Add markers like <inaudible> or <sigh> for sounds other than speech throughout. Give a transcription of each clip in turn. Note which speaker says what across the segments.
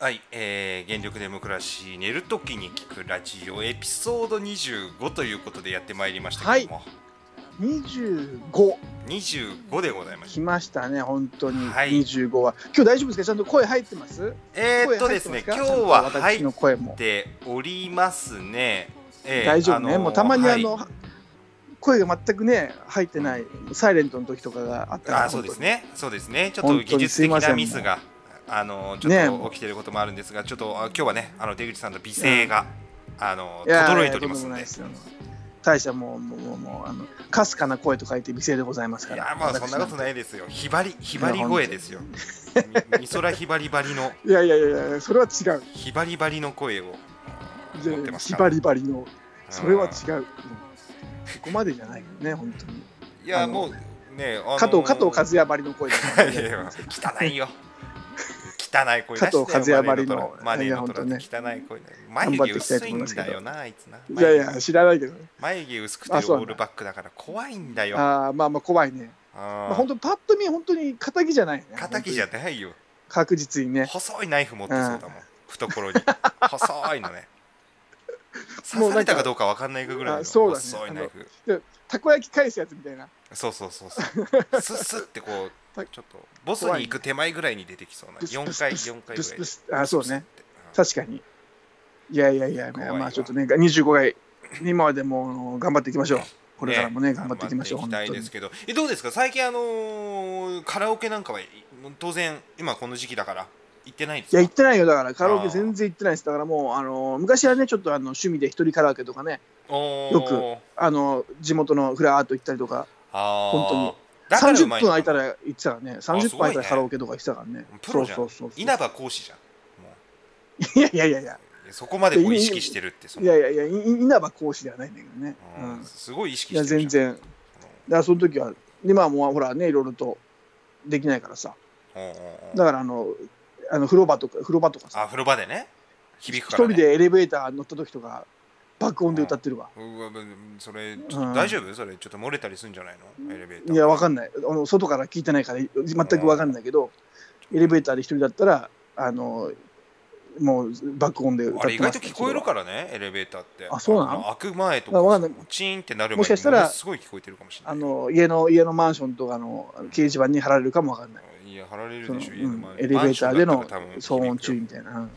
Speaker 1: はい、えー、原力デモクラシー寝るときに聞くラジオエピソード25ということでやってまいりましたけども、
Speaker 2: 25
Speaker 1: 25でございまし
Speaker 2: 来ましたね本当に、
Speaker 1: はい
Speaker 2: 25は今日大丈夫ですかちゃんと声入ってます
Speaker 1: たえー、っとですね今
Speaker 2: 声
Speaker 1: 日
Speaker 2: 入ってますか
Speaker 1: は
Speaker 2: ちゃんと
Speaker 1: 入
Speaker 2: 私の
Speaker 1: っ
Speaker 2: 声も、
Speaker 1: ておりますね、えー
Speaker 2: 大丈夫ね、
Speaker 1: あのー
Speaker 2: もうたまにあ
Speaker 1: は
Speaker 2: の、
Speaker 1: い
Speaker 2: 声が全くね入ってないサイレントの時とかがあったから
Speaker 1: あーそうですねそうですねちょっと技術的
Speaker 2: 本当にすいませ
Speaker 1: な
Speaker 2: んもう
Speaker 1: ミスがあのー
Speaker 2: ね
Speaker 1: ちょっと起きてることもあるんですが、ちょっとあ今日はねあの出口さんの美声が、あの
Speaker 2: いや
Speaker 1: ー、
Speaker 2: ー
Speaker 1: 衰えております
Speaker 2: と
Speaker 1: の
Speaker 2: んでもない
Speaker 1: で
Speaker 2: ですよ大したもうもうもうもうあのかすかな声と書いて美声でございますか
Speaker 1: い
Speaker 2: ら
Speaker 1: やまあそんなこと
Speaker 2: い
Speaker 1: ないですよ。ひばりひばり声ですよ。みみそらひばりばりの
Speaker 2: いやいやいやいやそれは違う
Speaker 1: ひばりばりの声を
Speaker 2: いや
Speaker 1: 持っ
Speaker 2: い
Speaker 1: て
Speaker 2: や
Speaker 1: ます
Speaker 2: ひ
Speaker 1: から。
Speaker 2: ばりばりの <laughs> それは違
Speaker 1: うん
Speaker 2: う、うん、ここまでじゃないよね本当に
Speaker 1: いや
Speaker 2: あの
Speaker 1: もうねあのー
Speaker 2: 加藤加藤和也ばりの声
Speaker 1: <laughs>
Speaker 2: だから
Speaker 1: いやいや汚いよ。汚い声出して
Speaker 2: 加藤和也ばりの
Speaker 1: マネーの
Speaker 2: いや
Speaker 1: 虎
Speaker 2: 本当
Speaker 1: マネ
Speaker 2: ね
Speaker 1: ーの虎って汚い声だよ
Speaker 2: 頑
Speaker 1: 眉毛
Speaker 2: 張っていきたい
Speaker 1: 薄
Speaker 2: と
Speaker 1: い
Speaker 2: 思いま
Speaker 1: ん
Speaker 2: すけど
Speaker 1: だよなあいつない
Speaker 2: やいや知らないけどね
Speaker 1: 眉毛薄くてオ
Speaker 2: あそうなんだ
Speaker 1: ールバックだから怖いんだよ。
Speaker 2: ああまあまあ怖いね、まあ、
Speaker 1: あ
Speaker 2: 本当パッと見本当に敵じゃないよね
Speaker 1: 敵じゃないよ。
Speaker 2: 確実にね
Speaker 1: 細いナイフ持ってそうだもん、懐に細いのね
Speaker 2: も
Speaker 1: 刺
Speaker 2: うなんか
Speaker 1: されたかどうかわかんないぐらいの
Speaker 2: あそうだね
Speaker 1: 細いナイフ
Speaker 2: たこ焼き返すやつみたいな
Speaker 1: そうそうそうそうスッスッってこう
Speaker 2: た
Speaker 1: ちょっとボスに行く手前ぐらいに出てきそうな
Speaker 2: ブス
Speaker 1: 4
Speaker 2: ブス
Speaker 1: 回
Speaker 2: ブス
Speaker 1: 4回ぐ
Speaker 2: ブス
Speaker 1: らい
Speaker 2: ブスあそうね
Speaker 1: ブスっ
Speaker 2: 確かにいやいやいや
Speaker 1: 怖いわ
Speaker 2: まあちょっとね25回今までもう頑張っていきましょうこれからもね頑張っていきましょう
Speaker 1: 頑
Speaker 2: 本
Speaker 1: 張
Speaker 2: 当
Speaker 1: っていきたい
Speaker 2: に
Speaker 1: ですけどえどうですか最近あのーカラオケなんかはい当然今この時期だから行ってないです
Speaker 2: い
Speaker 1: か
Speaker 2: や行ってないよだからカラオケ全然行ってないですだからもうあの昔はねちょっとあの趣味で一人カラオケとかね
Speaker 1: おー
Speaker 2: よくあの地元のフラーっと行ったりとか
Speaker 1: あ
Speaker 2: 本当に
Speaker 1: だから
Speaker 2: 30
Speaker 1: う
Speaker 2: 分
Speaker 1: まいの
Speaker 2: 空
Speaker 1: か
Speaker 2: いたら行ってたからね
Speaker 1: ごいね
Speaker 2: 30分空いたらカラオケとか行ってたからね
Speaker 1: プロじゃん
Speaker 2: そうそうそうそう
Speaker 1: 稲葉講師じゃんも
Speaker 2: いやいやいやいや
Speaker 1: うそこまでこう意識してるってその
Speaker 2: いやいやいやい稲葉講師ではないんだけどね、う
Speaker 1: うんん、すごい意識
Speaker 2: い
Speaker 1: して
Speaker 2: や
Speaker 1: るじゃん
Speaker 2: 全然だからその時は今はもうほらねいろいろとできないからさ
Speaker 1: うんうんうん
Speaker 2: だからあのあの風呂場とか風呂場とか
Speaker 1: あ
Speaker 2: さ
Speaker 1: 風呂場でね響く
Speaker 2: 一
Speaker 1: から、
Speaker 2: 人
Speaker 1: ね、
Speaker 2: でエレベーター乗った時とか爆音で歌ってるわ、
Speaker 1: うわうんそれちょっ
Speaker 2: うん
Speaker 1: と大丈夫それちょっと漏れたりするんじゃないのエレベーター
Speaker 2: いやわか
Speaker 1: ん
Speaker 2: んないあの外から聞いてないから全くわかんないけど、エレベーターで一人だったらあのもう爆音で歌っ
Speaker 1: あれ意
Speaker 2: てま
Speaker 1: 外
Speaker 2: す
Speaker 1: と聞こえるからねエレベーターって
Speaker 2: あそうなの
Speaker 1: の開く前と
Speaker 2: あわか
Speaker 1: か
Speaker 2: んない
Speaker 1: チーンってなる前に
Speaker 2: もしかしたら
Speaker 1: ものすごい聞こえてるかもしれない
Speaker 2: あの家の家のマンションとかのあの掲示板に貼られるかもわかんない
Speaker 1: いや貼られ
Speaker 2: そ
Speaker 1: る
Speaker 2: の
Speaker 1: でしょ家の前
Speaker 2: うんエレベーターでの
Speaker 1: マンションだったら多分響くよ
Speaker 2: 騒音注意みたいな、うん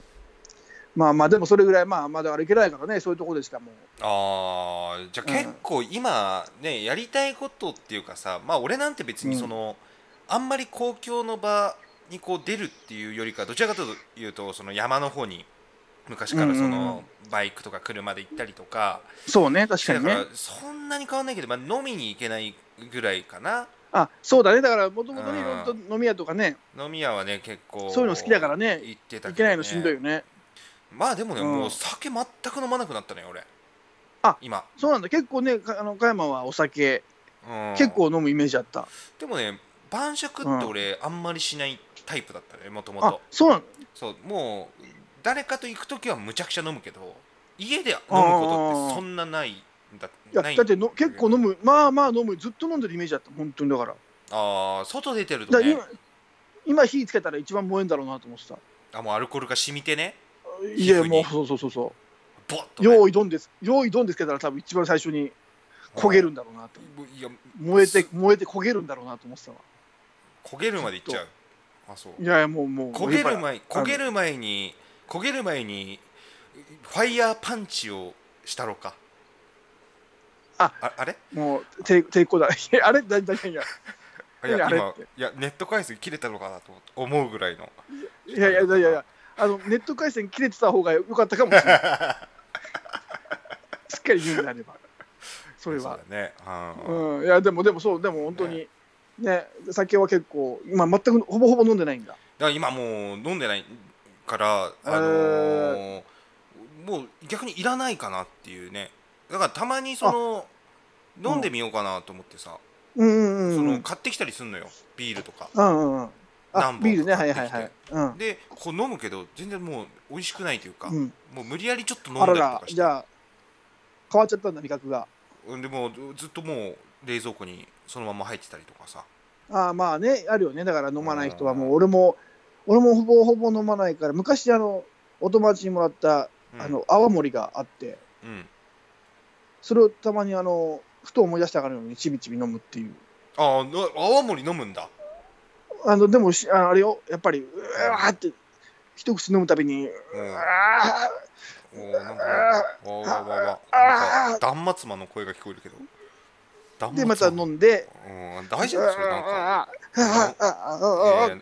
Speaker 2: まあまあでもそれぐらいまあまあだからいけないからねそういうとこでしかもう
Speaker 1: あーじゃあ結構今ねやりたいことっていうかさまあ俺なんて別にその、あんまり公共の場にこう出るっていうよりかどちらかというとその山の方に昔からそ
Speaker 2: うんうんう
Speaker 1: のバイクとか車で行ったりとか、
Speaker 2: そうね確か
Speaker 1: だ
Speaker 2: に
Speaker 1: か
Speaker 2: ね
Speaker 1: らそんなに変わんないけど、まあ、飲みに行けないぐらいかな
Speaker 2: あそうだねだからもともと
Speaker 1: う
Speaker 2: ね
Speaker 1: ん
Speaker 2: いろいろと飲み屋とかね
Speaker 1: 飲み屋はね結構
Speaker 2: そういうの好きだからね
Speaker 1: 行ってたけ
Speaker 2: 行
Speaker 1: ど、ね、
Speaker 2: けないのしんどいよね
Speaker 1: まあでもね、
Speaker 2: うん
Speaker 1: もう酒全く飲まなくなったね俺
Speaker 2: あ
Speaker 1: 今、
Speaker 2: そうなんだ結構ねかあの加山はお酒
Speaker 1: うん
Speaker 2: 結構飲むイメージあった、
Speaker 1: でもね晩酌って俺あんまりしないタイプだったねもとも
Speaker 2: あ
Speaker 1: と
Speaker 2: そうなん
Speaker 1: そうもう誰かと行く時はむちゃくちゃ飲むけど家で飲むことってそんなないんだ
Speaker 2: いや
Speaker 1: ない
Speaker 2: だっての結構飲むまあまあ飲むずっと飲んでるイメージだった本当にだから
Speaker 1: ああ外出てると
Speaker 2: だから
Speaker 1: ね
Speaker 2: 今今火つけたら一番燃えんだろうなと思ってた
Speaker 1: あもうアルコールが染みてね
Speaker 2: い
Speaker 1: 皮膚
Speaker 2: や
Speaker 1: に
Speaker 2: もうそうそうそうそ
Speaker 1: ボッと
Speaker 2: う
Speaker 1: ね、
Speaker 2: 用意どんです用意どんですけたら多分一番最初に焦げるんだろうなと
Speaker 1: いや
Speaker 2: 燃えて燃えて焦げるんだろうなと思ってたわ
Speaker 1: 焦げるまでいっちゃうあそう
Speaker 2: いやいやもうもう
Speaker 1: 焦げる
Speaker 2: もうやっ
Speaker 1: 前焦げる前に焦げる前にファイヤーパンチをしたろか
Speaker 2: あ
Speaker 1: ああれ
Speaker 2: ぱりもう抵抵抗だ <laughs> いやあれだだだ
Speaker 1: い
Speaker 2: いや
Speaker 1: や
Speaker 2: 何あれ
Speaker 1: 今
Speaker 2: って
Speaker 1: いやネット回数切れたのかなと思うぐらいの
Speaker 2: いやいやいやいやいやあのネット回線切れてた方が良かったかもし
Speaker 1: <laughs>
Speaker 2: れないしっかり言うんであればそれは
Speaker 1: そうだね、うん
Speaker 2: うんいやでもでもそうでも本当にね酒は結構今全くほぼほぼ飲んでないんだ
Speaker 1: だから今もう飲んでないからあのーもう逆にいらないかなっていうねだからたまにその
Speaker 2: あ
Speaker 1: 飲んでみようかなと思ってさ、
Speaker 2: うんうん
Speaker 1: そ
Speaker 2: うんう
Speaker 1: の
Speaker 2: ん
Speaker 1: 買ってきたりすんのよビールとか
Speaker 2: うんうんうん
Speaker 1: 何
Speaker 2: あ
Speaker 1: 本
Speaker 2: ビールね
Speaker 1: か
Speaker 2: は
Speaker 1: 買
Speaker 2: い
Speaker 1: って
Speaker 2: は
Speaker 1: き
Speaker 2: い
Speaker 1: て
Speaker 2: はいうん
Speaker 1: でこう飲むけど全然もう美味しくないというか、
Speaker 2: うん
Speaker 1: もう無理やりちょっと飲ん
Speaker 2: あ
Speaker 1: だ
Speaker 2: ら
Speaker 1: りとからして
Speaker 2: じゃあ変わっちゃったんだ味覚が
Speaker 1: でもうずっともう冷蔵庫にそのまま入ってたりとかさ
Speaker 2: ああまあねあるよねだから飲まない人はもう俺も俺もほぼほぼ飲まないから、昔、あの、お友達にもらった、
Speaker 1: うん
Speaker 2: あの、泡盛があって、
Speaker 1: うん、
Speaker 2: それをたまに、あの、ふと思い出したからのように、ちびちび飲むっていう。
Speaker 1: ああの泡盛飲むんだ
Speaker 2: あの、でもし、ああれよ、やっぱり、うわーって、一口飲むたびに、
Speaker 1: うん
Speaker 2: ああ
Speaker 1: おーなんかわーわーわーわーなんか断末魔の声が聞こえるけど断
Speaker 2: で、また
Speaker 1: 末魔
Speaker 2: 飲んで、
Speaker 1: うん大丈夫それなんか
Speaker 2: あああああああああ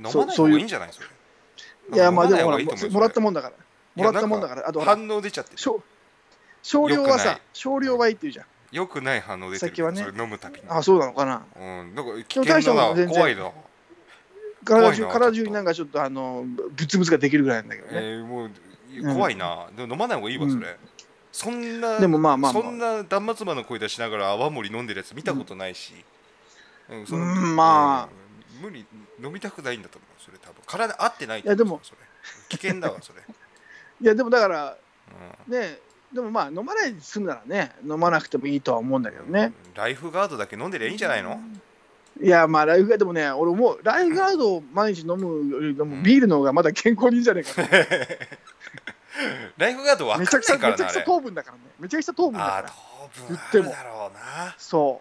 Speaker 1: いや飲まない
Speaker 2: そ
Speaker 1: 方
Speaker 2: う
Speaker 1: が
Speaker 2: いう
Speaker 1: いいんじゃないそれ
Speaker 2: いや、まあでも
Speaker 1: 飲まな
Speaker 2: ほら、
Speaker 1: い方がいいと思うよ
Speaker 2: もらったもんだから。
Speaker 1: い
Speaker 2: も
Speaker 1: や
Speaker 2: らったもんだから。あとほら、
Speaker 1: 反応出ちゃってる
Speaker 2: 少少量は
Speaker 1: 良くない
Speaker 2: さ、少量はいいって言うじゃん。
Speaker 1: よくない反応出てる
Speaker 2: 酒はね
Speaker 1: それ飲むたびに
Speaker 2: あ、そうなのかな。
Speaker 1: うんなんか危
Speaker 2: でも大した
Speaker 1: 険
Speaker 2: もん
Speaker 1: だ
Speaker 2: は
Speaker 1: な
Speaker 2: 全然
Speaker 1: 怖いな
Speaker 2: 体中、
Speaker 1: 怖いな
Speaker 2: 体
Speaker 1: ちょ
Speaker 2: 中
Speaker 1: っと
Speaker 2: になんかちょっと、あの、ぶつぶつができるぐらいなんだけどね。
Speaker 1: えーもう
Speaker 2: うん
Speaker 1: 怖いなでも飲まない方がいいわ
Speaker 2: うん
Speaker 1: それそんな
Speaker 2: でもまあまあまあ
Speaker 1: そんな断末魔の声出しながら泡盛飲んでるやつ見たことないし、うんその
Speaker 2: うんまあ
Speaker 1: うん無理飲みたくないんだと思うそれ多分体合ってないと
Speaker 2: いやで
Speaker 1: 思う
Speaker 2: も
Speaker 1: それ危険だわそれ、う
Speaker 2: いや、でもだから、
Speaker 1: ん
Speaker 2: ね、でもまあ、飲まないで済んだらね、飲まなくてもいいとは思うんだけど <laughs> ね。
Speaker 1: ライフガードだけ飲んでりゃいいんじゃないの
Speaker 2: いや、まあ、ライフガードでもね、俺もう、ライフガードを毎日飲むよりも、
Speaker 1: ん
Speaker 2: ビールの方がまだ健康にいいんじゃな
Speaker 1: <laughs>
Speaker 2: いかな。
Speaker 1: ライフガード分
Speaker 2: めち
Speaker 1: か
Speaker 2: ゃ
Speaker 1: んな
Speaker 2: くちゃ、
Speaker 1: いか
Speaker 2: め
Speaker 1: ら
Speaker 2: ちゃ
Speaker 1: なあ
Speaker 2: くちゃ
Speaker 1: れ
Speaker 2: 糖分だからね。めちゃくちゃ糖分だ
Speaker 1: あー
Speaker 2: から。
Speaker 1: 糖分あるだろうな
Speaker 2: そ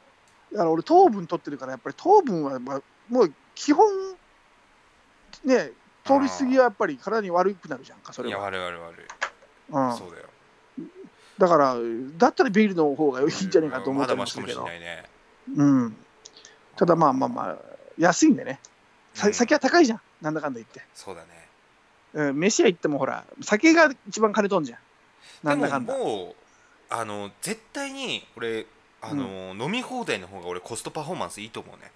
Speaker 2: う。だから俺糖分取ってるから、やっぱり糖分は、まあ、もう基本、ね、取りすぎはやっぱり体に悪くなるじゃんか、そ
Speaker 1: い
Speaker 2: れ
Speaker 1: や
Speaker 2: は。
Speaker 1: 悪い悪い悪い、
Speaker 2: うん、
Speaker 1: そうだよ
Speaker 2: だから、だったらビールの方がいいんじゃないかと思った
Speaker 1: まだ
Speaker 2: りも
Speaker 1: マシ
Speaker 2: す
Speaker 1: か
Speaker 2: る
Speaker 1: もしれ
Speaker 2: けど。
Speaker 1: ないね
Speaker 2: うん、ただまあまあまあ、安いんでね。
Speaker 1: う
Speaker 2: さ
Speaker 1: ん
Speaker 2: 酒は高いじゃん、なんだかんだ言って。
Speaker 1: そうだね
Speaker 2: うん、飯屋行ってもほら、酒が一番金とんじゃん。なんだかんだ
Speaker 1: で。ももうあの絶対に俺あの、飲み放題の方が俺コストパフォーマンスいいと思うね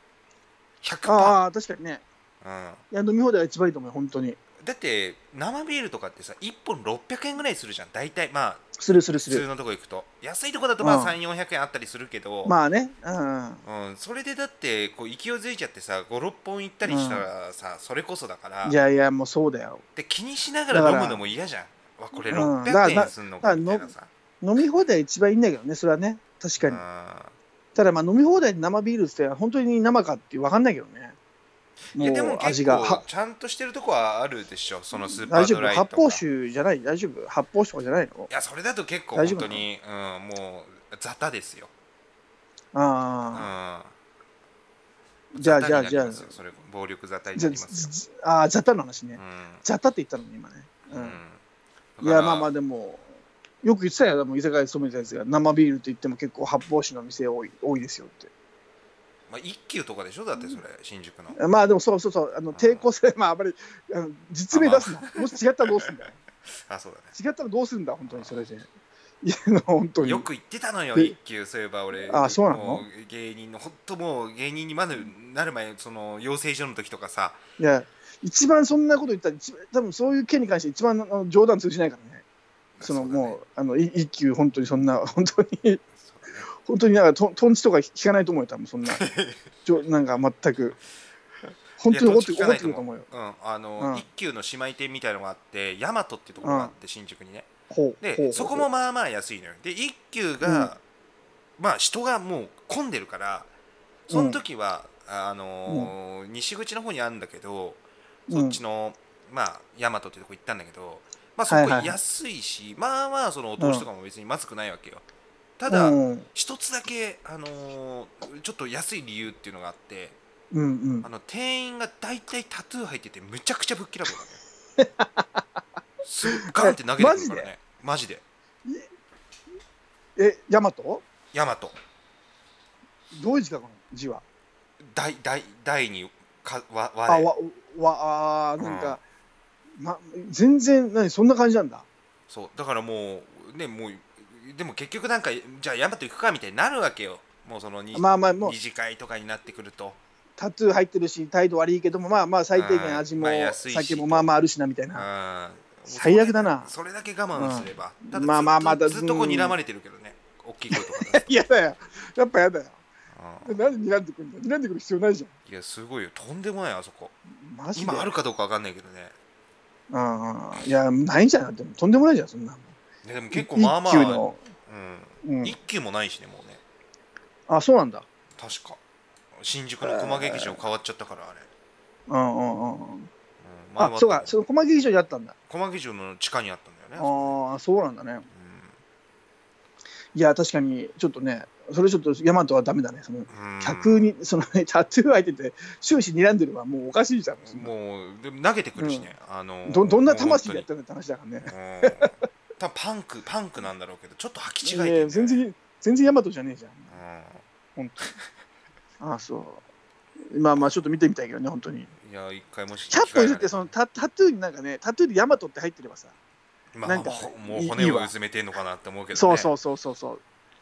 Speaker 1: 100%、
Speaker 2: ああ、確かにね。
Speaker 1: うん、
Speaker 2: いや飲み放題が一番いいと思うよ、本当に。
Speaker 1: だって生ビールとかってさ1本600円ぐらいするじゃん大体まあ
Speaker 2: するするす
Speaker 1: 普通
Speaker 2: る。
Speaker 1: のとこ行くと安いとこだとまあ
Speaker 2: うん
Speaker 1: 3400円あったりするけど、
Speaker 2: まあね、うん。
Speaker 1: うん、それでだってこう勢いづいちゃってさ56本行ったりしたらさ、それこそだから
Speaker 2: いやいや、もうそうだよ。
Speaker 1: で気にしながら飲むのも嫌じゃんわこれ
Speaker 2: うんだから
Speaker 1: 600円すんのかみたいなさ、
Speaker 2: 飲み放題一番いいんだけどね、それはね、確かに。ただ、まあ飲み放題で生ビールって本当に生かって分かんないけどね。
Speaker 1: うん、いやでも
Speaker 2: もう
Speaker 1: 結
Speaker 2: 味が。
Speaker 1: 構
Speaker 2: は
Speaker 1: ちゃんとしてるとこはあるでしょそのスーパ
Speaker 2: 大
Speaker 1: ー
Speaker 2: 丈
Speaker 1: ド
Speaker 2: 夫
Speaker 1: ライと
Speaker 2: 発
Speaker 1: か
Speaker 2: 泡酒じゃない大丈夫発泡酒とかじゃないの
Speaker 1: いやそれだと結構
Speaker 2: 大
Speaker 1: 本
Speaker 2: 丈夫
Speaker 1: 当に、うん、もう雑多ですよ、うん、
Speaker 2: ああ、じゃあ、
Speaker 1: 雑
Speaker 2: じ
Speaker 1: 多
Speaker 2: ゃあ、
Speaker 1: にな
Speaker 2: じ
Speaker 1: り
Speaker 2: ゃあ
Speaker 1: ます、よそれ暴力雑多に
Speaker 2: じ
Speaker 1: な
Speaker 2: ゃ
Speaker 1: ります
Speaker 2: あ、ああー、ザタの話ね
Speaker 1: よ、。
Speaker 2: ザタって言ったのね、今ね。
Speaker 1: うん
Speaker 2: うん
Speaker 1: うん
Speaker 2: いや、まあまあ、
Speaker 1: だか
Speaker 2: でも、よく言ってたよ、でも居酒屋で勤めてたやつが、生ビールって言っても結構発泡酒の店多い多いですよって。
Speaker 1: らまあ一級とかでしょだってそれ新宿の
Speaker 2: まあでもそうそうそう、あの抵抗性、まああんまりあの実名出すな。もし違ったらどうすんだよ。
Speaker 1: あそうだね
Speaker 2: 違ったらどうすんだ、本当にそれで。いや、本当に。
Speaker 1: よく言ってたのよ
Speaker 2: え
Speaker 1: 一級そういえば俺
Speaker 2: あそうなの
Speaker 1: もう芸人の本当もう芸人にまでなる前その養成所の時とかさ
Speaker 2: いや、一番そんなこと言ったら、一番多分そういう件に関して一番あの冗談通じないからね。その
Speaker 1: うだね
Speaker 2: もう、あのい一級、本当に
Speaker 1: <laughs>
Speaker 2: そんな、本当に、
Speaker 1: そうだね
Speaker 2: 本当になんかと、とんちとか聞かないと思うよ、多分そ
Speaker 1: <laughs>
Speaker 2: んな。じょなんか全く。本当に怒って
Speaker 1: いや
Speaker 2: 怒ってくると思うよ。
Speaker 1: うんあの
Speaker 2: うん
Speaker 1: 一級の姉妹店みたいのがあって大和ってところがあって新宿にね
Speaker 2: ほうほうほ
Speaker 1: で
Speaker 2: う
Speaker 1: そこもまあまあ安いのよで一級がまあ人がもう混んでるからその時はあのー西口の方にあるんだけどそっちの、まあ、大和ってとこ行ったんだけど、まあ、そ
Speaker 2: はい
Speaker 1: こ
Speaker 2: はいはい
Speaker 1: 安いし、まあまあそのお通しとかも別にまずくないわけよ、た
Speaker 2: うん、
Speaker 1: だ、
Speaker 2: うん
Speaker 1: 一つだけ、あのーちょっと安い理由っていうのがあって
Speaker 2: うんうん
Speaker 1: あの店員が大体タトゥー入っててむちゃくちゃぶっきらぼうだね
Speaker 2: <laughs>
Speaker 1: すぐガンって投げてくるからねマジで
Speaker 2: え、ヤマト
Speaker 1: 大和
Speaker 2: どういう字かこの字は。
Speaker 1: 大大大にかわ
Speaker 2: あ、
Speaker 1: 我
Speaker 2: わ、わ、あー、なんか、ま、全然、何、そんな感じなんだ。
Speaker 1: そうだからもうねもうでも結局なんかじゃあ大和行くかみたいになるわけよもうそのに
Speaker 2: まあまあ、もう
Speaker 1: 二、次会とかになってくると
Speaker 2: タトゥー入ってるし、態度悪いけども、まあまあ、最低限味も、
Speaker 1: うんまあ安いし
Speaker 2: 酒もまあまああるしな、みたい
Speaker 1: うん
Speaker 2: な。
Speaker 1: それ
Speaker 2: 最悪だな。
Speaker 1: それだけ我慢すれば、
Speaker 2: ん
Speaker 1: ただ
Speaker 2: まあまあまあ
Speaker 1: ずっ
Speaker 2: だ
Speaker 1: とずっとこう睨まれてるけどね大きい声とか出すと
Speaker 2: 嫌だよ。 <laughs> やっぱ嫌だよ。 <laughs>
Speaker 1: うん
Speaker 2: なんで睨んでくるんだよ。睨んでくる必要ないじゃ
Speaker 1: いやすごいよとんでもないあそこ
Speaker 2: ん。マジで。
Speaker 1: 今あるかどうかわかんないけどね
Speaker 2: ああ、いや、ないんじゃないでもとんでもないじゃん、そんなの。
Speaker 1: ねでも結構まあまあ
Speaker 2: 一級の。
Speaker 1: う、
Speaker 2: うんん
Speaker 1: 一。級もないしねもうね
Speaker 2: あ、そうなんだ。
Speaker 1: 確か新宿の駒劇場変わっちゃったからあれ、
Speaker 2: うんうんうんうん。
Speaker 1: う前
Speaker 2: あ
Speaker 1: は
Speaker 2: そうかその小牧劇場にあったんだ
Speaker 1: 小牧城の地下にあったんだよね。
Speaker 2: ああそうなんだね
Speaker 1: う
Speaker 2: いや確かにちょっとねそれちょっとヤマトはダメだねその
Speaker 1: んうん
Speaker 2: 客に、そのねタトゥー相手で終始睨んでるのはもうおかしいじゃん
Speaker 1: もうでも投げてくるしね、あの
Speaker 2: どどんな魂でや
Speaker 1: で
Speaker 2: ったんだって話だからね
Speaker 1: 多分パンクパンクなんだろうけどちょっと履き違えて
Speaker 2: ね
Speaker 1: る
Speaker 2: 全然全然ヤマトじゃねえじゃん
Speaker 1: う
Speaker 2: ああそうまあまあちょっと見てみたいけどね本当に
Speaker 1: んいや一回もし
Speaker 2: 100歩譲って
Speaker 1: 機会
Speaker 2: そ
Speaker 1: があ
Speaker 2: のタタトゥーになんかねタトゥーでヤマトって入ってればさ、
Speaker 1: ればまあ
Speaker 2: なんか
Speaker 1: ほもう
Speaker 2: いい
Speaker 1: 骨
Speaker 2: いい
Speaker 1: を
Speaker 2: わ
Speaker 1: うずめてんのかなって思うけどね
Speaker 2: そうそうそうそうそう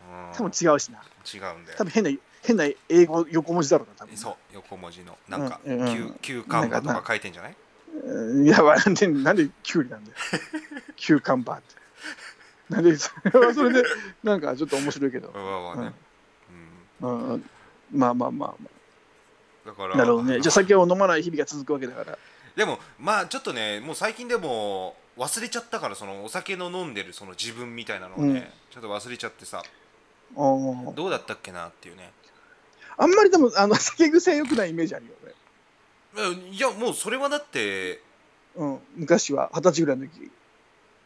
Speaker 1: うん
Speaker 2: 多分違うしな
Speaker 1: 違うんだよ
Speaker 2: 多分変な変な英語横文字だろうな多分
Speaker 1: そう横文字のなんか
Speaker 2: うんうんう
Speaker 1: 旧
Speaker 2: ん
Speaker 1: 旧カンパとか書いてんじゃない
Speaker 2: うんいやわなんでなんでキュウ
Speaker 1: <laughs>
Speaker 2: リなんだよキュウカンバーってなんでそれはそれでなんかちょっと面白いけど
Speaker 1: う、わうわねうん
Speaker 2: うん、まあまあまあ、
Speaker 1: だから
Speaker 2: まあ、なるほどねじゃあ酒を飲まない日々が続くわけだから
Speaker 1: でもまあちょっとねもう最近でも忘れちゃったからそのお酒の飲んでるその自分みたいなのをね、
Speaker 2: うん
Speaker 1: ちょっと忘れちゃってさ
Speaker 2: おー
Speaker 1: どうだったっけなっていうね
Speaker 2: あんまりでもあの酒癖良くないイメージあるよね、
Speaker 1: うんいやもうそれはだって
Speaker 2: うん、昔は二十歳ぐらいの時
Speaker 1: い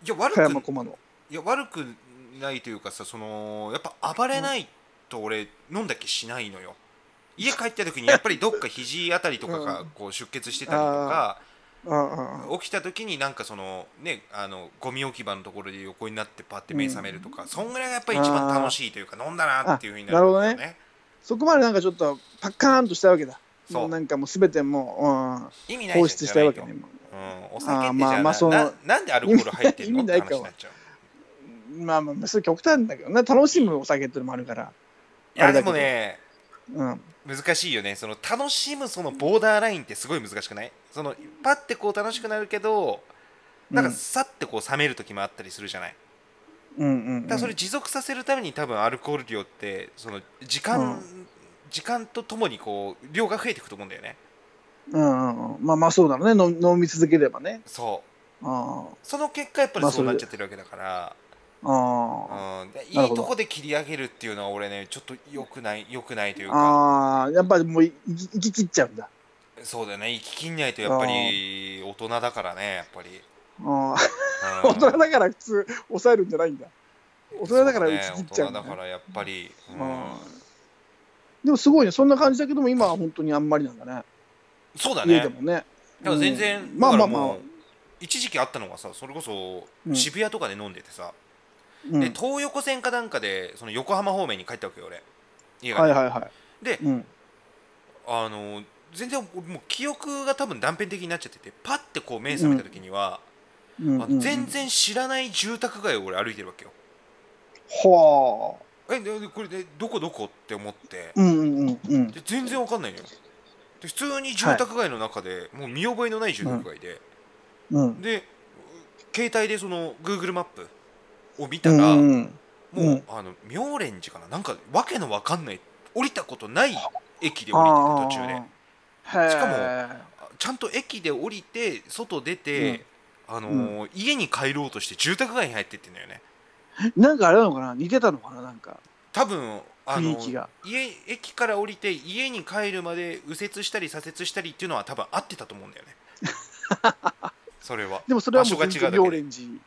Speaker 1: や悪
Speaker 2: 加山
Speaker 1: く
Speaker 2: 駒の
Speaker 1: いや悪くないというかさそのやっぱ暴れないと俺飲んだ気しないのよ家帰った時にやっぱりどっか肘あたりとか
Speaker 2: う
Speaker 1: が
Speaker 2: ん
Speaker 1: こう出血してたりとか、
Speaker 2: ああ
Speaker 1: 起きた時になんかそのねあのゴミ置き場のところで横になってパッて目覚めるとか、そんぐらいがやっぱり一番楽しいというか飲んだなっていうふうになるんだよ
Speaker 2: あなるほどそこまでなんかちょっとパッカーンとしたわけだ
Speaker 1: そう
Speaker 2: もうなんかもう全ても
Speaker 1: 意味
Speaker 2: う、うん、
Speaker 1: ないじゃん
Speaker 2: 放出したいわけね、も
Speaker 1: じゃないとうん、お酒っ
Speaker 2: あー
Speaker 1: てじ
Speaker 2: まあ
Speaker 1: ゃあ
Speaker 2: まあその
Speaker 1: ななんでアルコール入ってんの
Speaker 2: 意
Speaker 1: っ
Speaker 2: 味
Speaker 1: て
Speaker 2: な
Speaker 1: 話
Speaker 2: いか
Speaker 1: になっちゃう
Speaker 2: うまあまあそれ極端だけどな楽しむお酒ってのもあるから
Speaker 1: いや
Speaker 2: あれ
Speaker 1: で
Speaker 2: だけ
Speaker 1: も
Speaker 2: ど
Speaker 1: ね
Speaker 2: うん
Speaker 1: 難しいよねその楽しむそのボーダーラインってすごい難しくないそのパッてこう楽しくなるけどなんかさってこう冷める時もあったりするじゃない、
Speaker 2: うんうんうん
Speaker 1: だからそれ持続させるために多分アルコール量ってその時間、
Speaker 2: う
Speaker 1: 時間とともにこう量が増えていくと思うんだよね
Speaker 2: うんうんうんまあまあそうだろうね飲み飲み続ければね
Speaker 1: そう
Speaker 2: あ
Speaker 1: その結果やっぱ
Speaker 2: ま
Speaker 1: り
Speaker 2: あ
Speaker 1: そ
Speaker 2: そうれ
Speaker 1: なっちゃってるわけだから、
Speaker 2: ああ
Speaker 1: うんでい
Speaker 2: なる
Speaker 1: い
Speaker 2: ほど
Speaker 1: とこで切り上げるっていうのは俺ねちょっと良くない良くないというか
Speaker 2: ああやっぱりもうい生き生き切っちゃうんだ
Speaker 1: そうだよね生ききんないとやっぱり大人だからねやっぱり、うん
Speaker 2: ああ大人だから普通抑えるんじゃないんだ大人だか
Speaker 1: そ
Speaker 2: ら
Speaker 1: う
Speaker 2: 生
Speaker 1: ね
Speaker 2: き切っちゃう
Speaker 1: 大人
Speaker 2: ん
Speaker 1: だ
Speaker 2: だ
Speaker 1: からやっぱり、うん
Speaker 2: あでもすごいねそんな感じだけども今は本当にあんまりなんだね
Speaker 1: そうだ
Speaker 2: 家
Speaker 1: ね
Speaker 2: でもね
Speaker 1: でも全然、
Speaker 2: うんまあ
Speaker 1: だ
Speaker 2: まあ
Speaker 1: から
Speaker 2: ま
Speaker 1: も
Speaker 2: あ
Speaker 1: う一時期あったのがさそれこそ
Speaker 2: うん
Speaker 1: 渋谷とかで飲んでてさ、
Speaker 2: うん
Speaker 1: で東横線かなんかでその横浜方面に帰ったわけよ俺家がね、
Speaker 2: はいはいは
Speaker 1: で
Speaker 2: い、うん、
Speaker 1: あの全然俺もう記憶が多分断片的になっちゃっててパッてこう目覚めた時には、
Speaker 2: うん
Speaker 1: あ
Speaker 2: うんうん
Speaker 1: 全然知らない住宅街を俺歩いてるわけよ
Speaker 2: はあ
Speaker 1: えででこれでどこどこって思って
Speaker 2: うんうんうんうん
Speaker 1: で全然わかんないのよで普通に住宅街の中で、もう見覚えのない住宅街で、
Speaker 2: うん
Speaker 1: で携帯でその Google マップを見た
Speaker 2: うん
Speaker 1: ら、
Speaker 2: う
Speaker 1: も
Speaker 2: ん
Speaker 1: う、
Speaker 2: うん
Speaker 1: あの妙蓮寺かななんかわけのわかんない降りたことない駅で
Speaker 2: あ
Speaker 1: 降
Speaker 2: あ
Speaker 1: りてて途中で
Speaker 2: へえ
Speaker 1: しかもあちゃんと駅で降りて外出て、あのー家に帰ろうとして住宅街に入ってってんだよね
Speaker 2: なんかあれなのかな似てたのかななんか
Speaker 1: 多分あ
Speaker 2: 雰
Speaker 1: の
Speaker 2: 囲気が
Speaker 1: 家駅から降りて家に帰るまで右折したり左折したりっていうのは多分合ってたと思うんだよ
Speaker 2: <laughs>
Speaker 1: ねそれは
Speaker 2: でもそれはもう
Speaker 1: 場
Speaker 2: 全
Speaker 1: 所が違うだ
Speaker 2: 然
Speaker 1: けで
Speaker 2: 妙蓮寺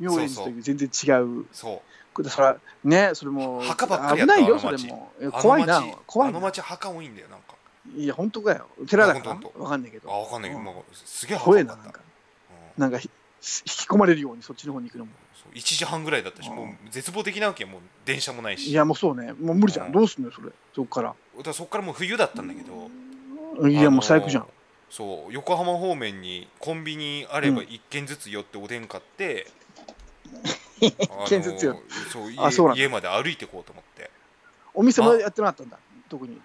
Speaker 2: 妙蓮寺という全然違う
Speaker 1: そう
Speaker 2: ことそらねそれも
Speaker 1: 墓ばっかりや
Speaker 2: 危
Speaker 1: った
Speaker 2: ない
Speaker 1: あ
Speaker 2: よ
Speaker 1: の
Speaker 2: それ
Speaker 1: 町
Speaker 2: も
Speaker 1: あ
Speaker 2: いや
Speaker 1: の町
Speaker 2: 怖いな怖
Speaker 1: あ
Speaker 2: い
Speaker 1: の
Speaker 2: な
Speaker 1: 町墓多いんだよなんか
Speaker 2: いや本当かよ寺だか
Speaker 1: あ
Speaker 2: ら
Speaker 1: 本当本当
Speaker 2: わかんないけ
Speaker 1: あ
Speaker 2: ど
Speaker 1: わかんないけど、
Speaker 2: うん
Speaker 1: まあ、すげえ
Speaker 2: 怖
Speaker 1: 早
Speaker 2: え
Speaker 1: か
Speaker 2: な
Speaker 1: っ
Speaker 2: な
Speaker 1: た
Speaker 2: んか
Speaker 1: うん
Speaker 2: なんかひ引き込まれるようにそっちの方に行くのも
Speaker 1: そう1時半ぐらいだったし
Speaker 2: うん
Speaker 1: もう絶望的なわけよもう電車もないし
Speaker 2: いやもうそうねもう無理じゃ
Speaker 1: うん
Speaker 2: んどうすんのよそれそっから
Speaker 1: だからそこからもう冬だったんだけど、
Speaker 2: い
Speaker 1: あの
Speaker 2: や
Speaker 1: ー
Speaker 2: もう最悪じゃん
Speaker 1: そう横浜方面にコンビニあれば1軒ずつ寄っておでん買
Speaker 2: <laughs>
Speaker 1: って、あの
Speaker 2: 軒ずつ寄っ
Speaker 1: そう家
Speaker 2: あそうなんだ
Speaker 1: 家まで歩いてこうと思って
Speaker 2: お店もやってなかったんだ特に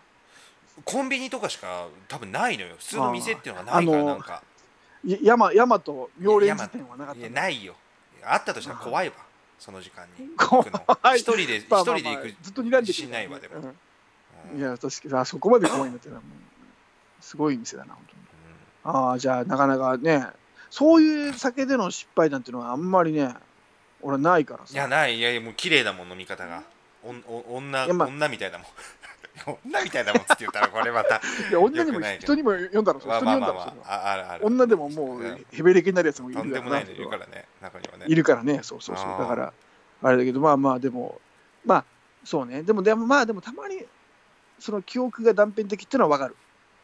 Speaker 1: コンビニとかしか多分ないのよ普通の店っていうのがないか
Speaker 2: あ
Speaker 1: ら
Speaker 2: ー
Speaker 1: なんか、
Speaker 2: や山山と妙蓮寺店はなかっ
Speaker 1: い
Speaker 2: た
Speaker 1: や
Speaker 2: んだ
Speaker 1: ないよあったとしたら怖いわその時間
Speaker 2: <laughs>
Speaker 1: に
Speaker 2: 怖い
Speaker 1: 行くの一人で一
Speaker 2: <laughs> まあ
Speaker 1: 人
Speaker 2: ま
Speaker 1: で
Speaker 2: あ
Speaker 1: 行
Speaker 2: まあ
Speaker 1: く
Speaker 2: ずっと睨んでくる
Speaker 1: 自信ないわでも、
Speaker 2: うん
Speaker 1: うん
Speaker 2: いや、確かに、あそこまで怖いんだってな、もうすごい店だな、本当に。ああ、じゃあ、なかなかね、そういう酒での失敗なんてのはあんまりね、俺はないから
Speaker 1: いや
Speaker 2: さ。
Speaker 1: ないいやいやもう綺麗だもん飲み方がおんお女
Speaker 2: いやまあ
Speaker 1: 女みたいだもん <laughs> 女みたいなもんつって言ったらこれま
Speaker 2: <laughs>
Speaker 1: た
Speaker 2: いや女にも
Speaker 1: よくないけど
Speaker 2: 人にも読んだろそれ
Speaker 1: まあ
Speaker 2: 人に
Speaker 1: まあ
Speaker 2: 読ん
Speaker 1: ま
Speaker 2: だ
Speaker 1: あ、
Speaker 2: ろ
Speaker 1: ま
Speaker 2: それは
Speaker 1: あ、ああるある
Speaker 2: 女でもも
Speaker 1: うん
Speaker 2: うヘベレケになるやつもい
Speaker 1: と
Speaker 2: る
Speaker 1: んで
Speaker 2: だ
Speaker 1: も
Speaker 2: ろ
Speaker 1: な
Speaker 2: ない
Speaker 1: のいるからね中にはね
Speaker 2: いるからねそうそうそう
Speaker 1: あー
Speaker 2: だからあれだけどまあまあでもまあそうねでもでもまあでもたまにその記憶が断片的っていうのはわかる